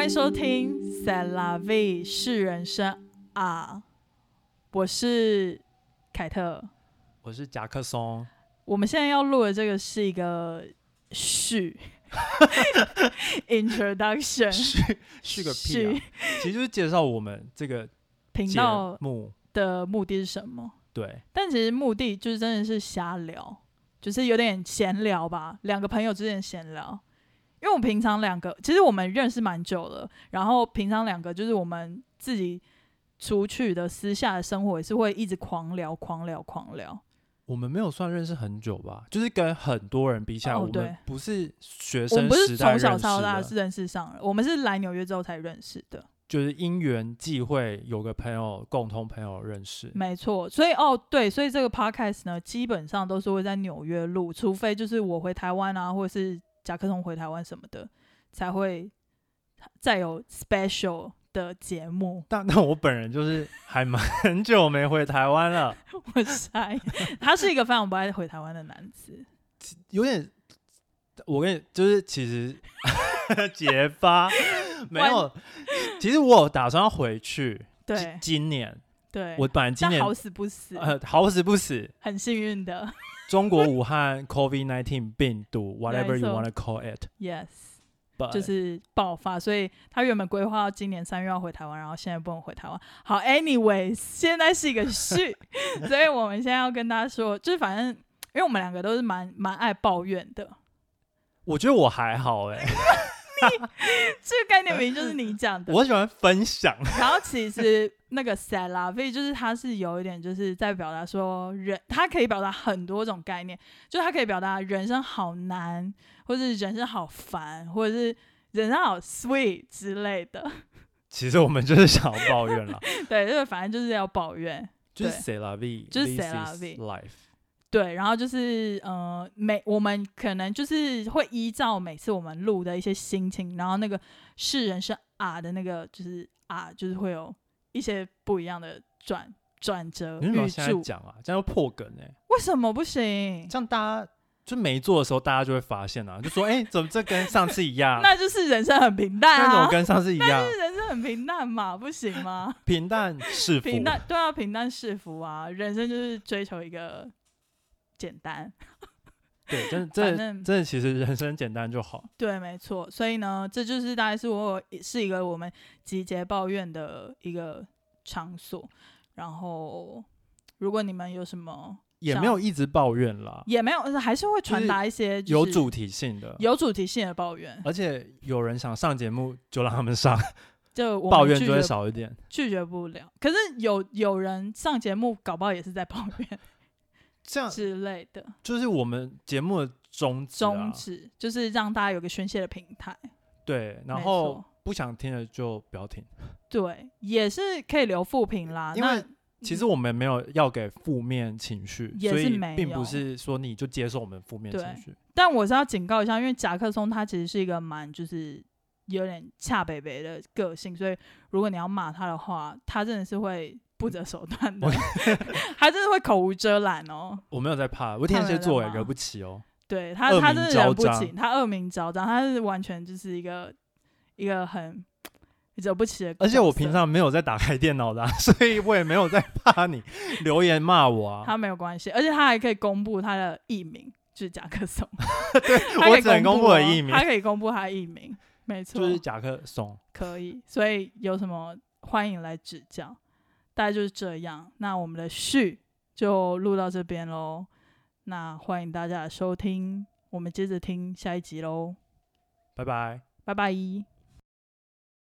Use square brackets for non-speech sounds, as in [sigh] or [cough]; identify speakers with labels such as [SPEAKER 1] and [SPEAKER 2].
[SPEAKER 1] 迎收听《塞拉 V 是人生啊》，我是凯特。
[SPEAKER 2] 我是夹
[SPEAKER 1] [laughs]
[SPEAKER 2] 克松，
[SPEAKER 1] 我们现在要录的这个是一个序 [laughs] ，introduction
[SPEAKER 2] 是是个屁啊！其实就是介绍我们这个
[SPEAKER 1] 频
[SPEAKER 2] 节
[SPEAKER 1] 道
[SPEAKER 2] 目，
[SPEAKER 1] 的目的是什么？
[SPEAKER 2] 对
[SPEAKER 1] 但其实目的就是真的是瞎聊，就是有点闲聊吧，两个朋友之间的闲聊。因为我们平常两个，其实我们认识蛮久了，然后平常两个就是我们自己出去的私下的生活也是会一直狂聊、狂聊、狂聊。
[SPEAKER 2] 我们没有算认识很久吧，就是跟很多人比起来，
[SPEAKER 1] 哦
[SPEAKER 2] 我
[SPEAKER 1] 对
[SPEAKER 2] 们不是学
[SPEAKER 1] 我们
[SPEAKER 2] 生
[SPEAKER 1] 不是
[SPEAKER 2] 时代
[SPEAKER 1] 从
[SPEAKER 2] 认识
[SPEAKER 1] 小到大
[SPEAKER 2] 的，
[SPEAKER 1] 是认识上了，我们是来纽约之后才认识的。
[SPEAKER 2] 就是因缘际会，有个朋友共同朋友认识，
[SPEAKER 1] 没错，所以哦，对，所以这个 podcast 呢，基本上都是会在纽约录，除非就是我回台湾啊，或者是甲克松回台湾什么的，才会再有 special 的节目。
[SPEAKER 2] 但 [laughs] 但我本人就是还蛮久没回台湾了，
[SPEAKER 1] 我猜他是一个非常不爱回台湾的男子，
[SPEAKER 2] 有点，我跟你就是其实 [laughs] 结巴没有，其实我有打算要回去，
[SPEAKER 1] 对
[SPEAKER 2] 今今年
[SPEAKER 1] 对，
[SPEAKER 2] 我本来今
[SPEAKER 1] 但
[SPEAKER 2] 年
[SPEAKER 1] 好死不死，
[SPEAKER 2] 呃好死不死。
[SPEAKER 1] 很幸运的
[SPEAKER 2] 中国武汉 [laughs] COVID 19病毒，whatever you
[SPEAKER 1] 没错
[SPEAKER 2] want to call it，
[SPEAKER 1] ，yes，
[SPEAKER 2] but
[SPEAKER 1] 就是爆发，所以他原本规划要今年三月要回台湾，然后现在不能回台湾。好，anyways，现在是一个序，所以我们现在要跟大家说，就是反正因为我们两个都是蛮蛮爱抱怨的，
[SPEAKER 2] 我觉得我还好哎、
[SPEAKER 1] 这个概念明明就是你讲的。
[SPEAKER 2] 我喜欢分享， [laughs]
[SPEAKER 1] 然后其实那个 s a l a v 就是他是有一点就是在表达说人，他可以表达很多种概念，就他可以表达人生好难，或是人生好烦，或者是人生好 sweet 之类的。 [laughs]
[SPEAKER 2] 其实我们就是想要抱怨啦，
[SPEAKER 1] 对，就是反正就是要抱怨。
[SPEAKER 2] 就是
[SPEAKER 1] 对
[SPEAKER 2] say la vie，
[SPEAKER 1] 就是
[SPEAKER 2] this
[SPEAKER 1] c'est la
[SPEAKER 2] is
[SPEAKER 1] vie
[SPEAKER 2] life，
[SPEAKER 1] 对，然后就是呃，每我们可能就是会依照每次我们录的一些心情，然后那个是人是啊的那个就是啊，就是会有一些不一样的转转折
[SPEAKER 2] 你为什么要
[SPEAKER 1] 呃语
[SPEAKER 2] 现在
[SPEAKER 1] 助。
[SPEAKER 2] 讲啊？这样要破梗哎、
[SPEAKER 1] 为什么不行？
[SPEAKER 2] 这样大家就没做的时候，大家就会发现啊，就说哎、怎么这跟上次一样？
[SPEAKER 1] 那就是人生很平淡
[SPEAKER 2] 那怎么
[SPEAKER 1] 啊，
[SPEAKER 2] 跟上次一样？
[SPEAKER 1] 就是人生很平淡嘛，不行吗？
[SPEAKER 2] 平淡是福，
[SPEAKER 1] 平淡对啊，平淡是福啊，人生就是追求一个简单。
[SPEAKER 2] 对，真的
[SPEAKER 1] 反正
[SPEAKER 2] 真的真的，其实人生简单就好。
[SPEAKER 1] 对，没错。所以呢，这就是大概是我是一个我们集结抱怨的一个场所。然后，如果你们有什么
[SPEAKER 2] 也
[SPEAKER 1] 像
[SPEAKER 2] 没有一直抱怨啦，
[SPEAKER 1] 也没有，还是会传
[SPEAKER 2] 就是
[SPEAKER 1] 达一些、就是、
[SPEAKER 2] 有主呃题性的，
[SPEAKER 1] 有主题性的抱怨，
[SPEAKER 2] 而且有人想上节目就让他们上，
[SPEAKER 1] 就我
[SPEAKER 2] 抱
[SPEAKER 1] 们
[SPEAKER 2] 怨
[SPEAKER 1] 拒
[SPEAKER 2] 就会
[SPEAKER 1] 绝
[SPEAKER 2] 少一点。
[SPEAKER 1] 拒绝不了。可是有有人上节目，搞不好也是在抱
[SPEAKER 2] [laughs]
[SPEAKER 1] 怨
[SPEAKER 2] 这样
[SPEAKER 1] 之类的
[SPEAKER 2] 就是啊我们节目的宗旨、啊，
[SPEAKER 1] 宗旨，就是让大家有个宣泄的平台。
[SPEAKER 2] 对，然
[SPEAKER 1] 没
[SPEAKER 2] 后
[SPEAKER 1] 错
[SPEAKER 2] 不想听的就不要听。
[SPEAKER 1] 对，也是可以留负评啦。
[SPEAKER 2] 因
[SPEAKER 1] 啊那嗯
[SPEAKER 2] 为其实我们没有要给负面情绪，
[SPEAKER 1] 也
[SPEAKER 2] 所
[SPEAKER 1] 是
[SPEAKER 2] 以
[SPEAKER 1] 没
[SPEAKER 2] 并
[SPEAKER 1] 有
[SPEAKER 2] 不是说你就接受我们负面
[SPEAKER 1] 对
[SPEAKER 2] 情绪。
[SPEAKER 1] 但我是要警告一下，因为夹克松他其实是一个蛮就是有点恰北北的个性，所以如果你要骂他的话，他真的是会不择手段
[SPEAKER 2] [laughs]
[SPEAKER 1] 的
[SPEAKER 2] 我，
[SPEAKER 1] 他真的会口无遮拦哦。
[SPEAKER 2] 我没有在怕，我天蝎座
[SPEAKER 1] 他没有
[SPEAKER 2] 哎，
[SPEAKER 1] 在怕
[SPEAKER 2] 惹不起哦。
[SPEAKER 1] 对他，
[SPEAKER 2] 恶
[SPEAKER 1] 他
[SPEAKER 2] 名
[SPEAKER 1] 真的
[SPEAKER 2] 昭
[SPEAKER 1] 忍不
[SPEAKER 2] 彰
[SPEAKER 1] 起，他恶名昭彰，他是完全就是一个一个很惹不起的角色。
[SPEAKER 2] 而且我平常没有在打开电脑的啊、 [laughs] 所以我也没有在怕你留言骂我啊。
[SPEAKER 1] 他没有关系，而且他还可以公布他的艺名，就是夹克松，他可
[SPEAKER 2] 我
[SPEAKER 1] 以
[SPEAKER 2] 只能
[SPEAKER 1] 公
[SPEAKER 2] 公布
[SPEAKER 1] 哦
[SPEAKER 2] 我的艺名
[SPEAKER 1] 他可以公布他的艺名，没错，
[SPEAKER 2] 就是夹克松，
[SPEAKER 1] 可以，所以有什么欢迎来指教。大概就是这样，那我们的序就录到这边喽。那欢迎大家的收听，我们接着听下一集喽，
[SPEAKER 2] 拜拜。
[SPEAKER 1] 拜拜。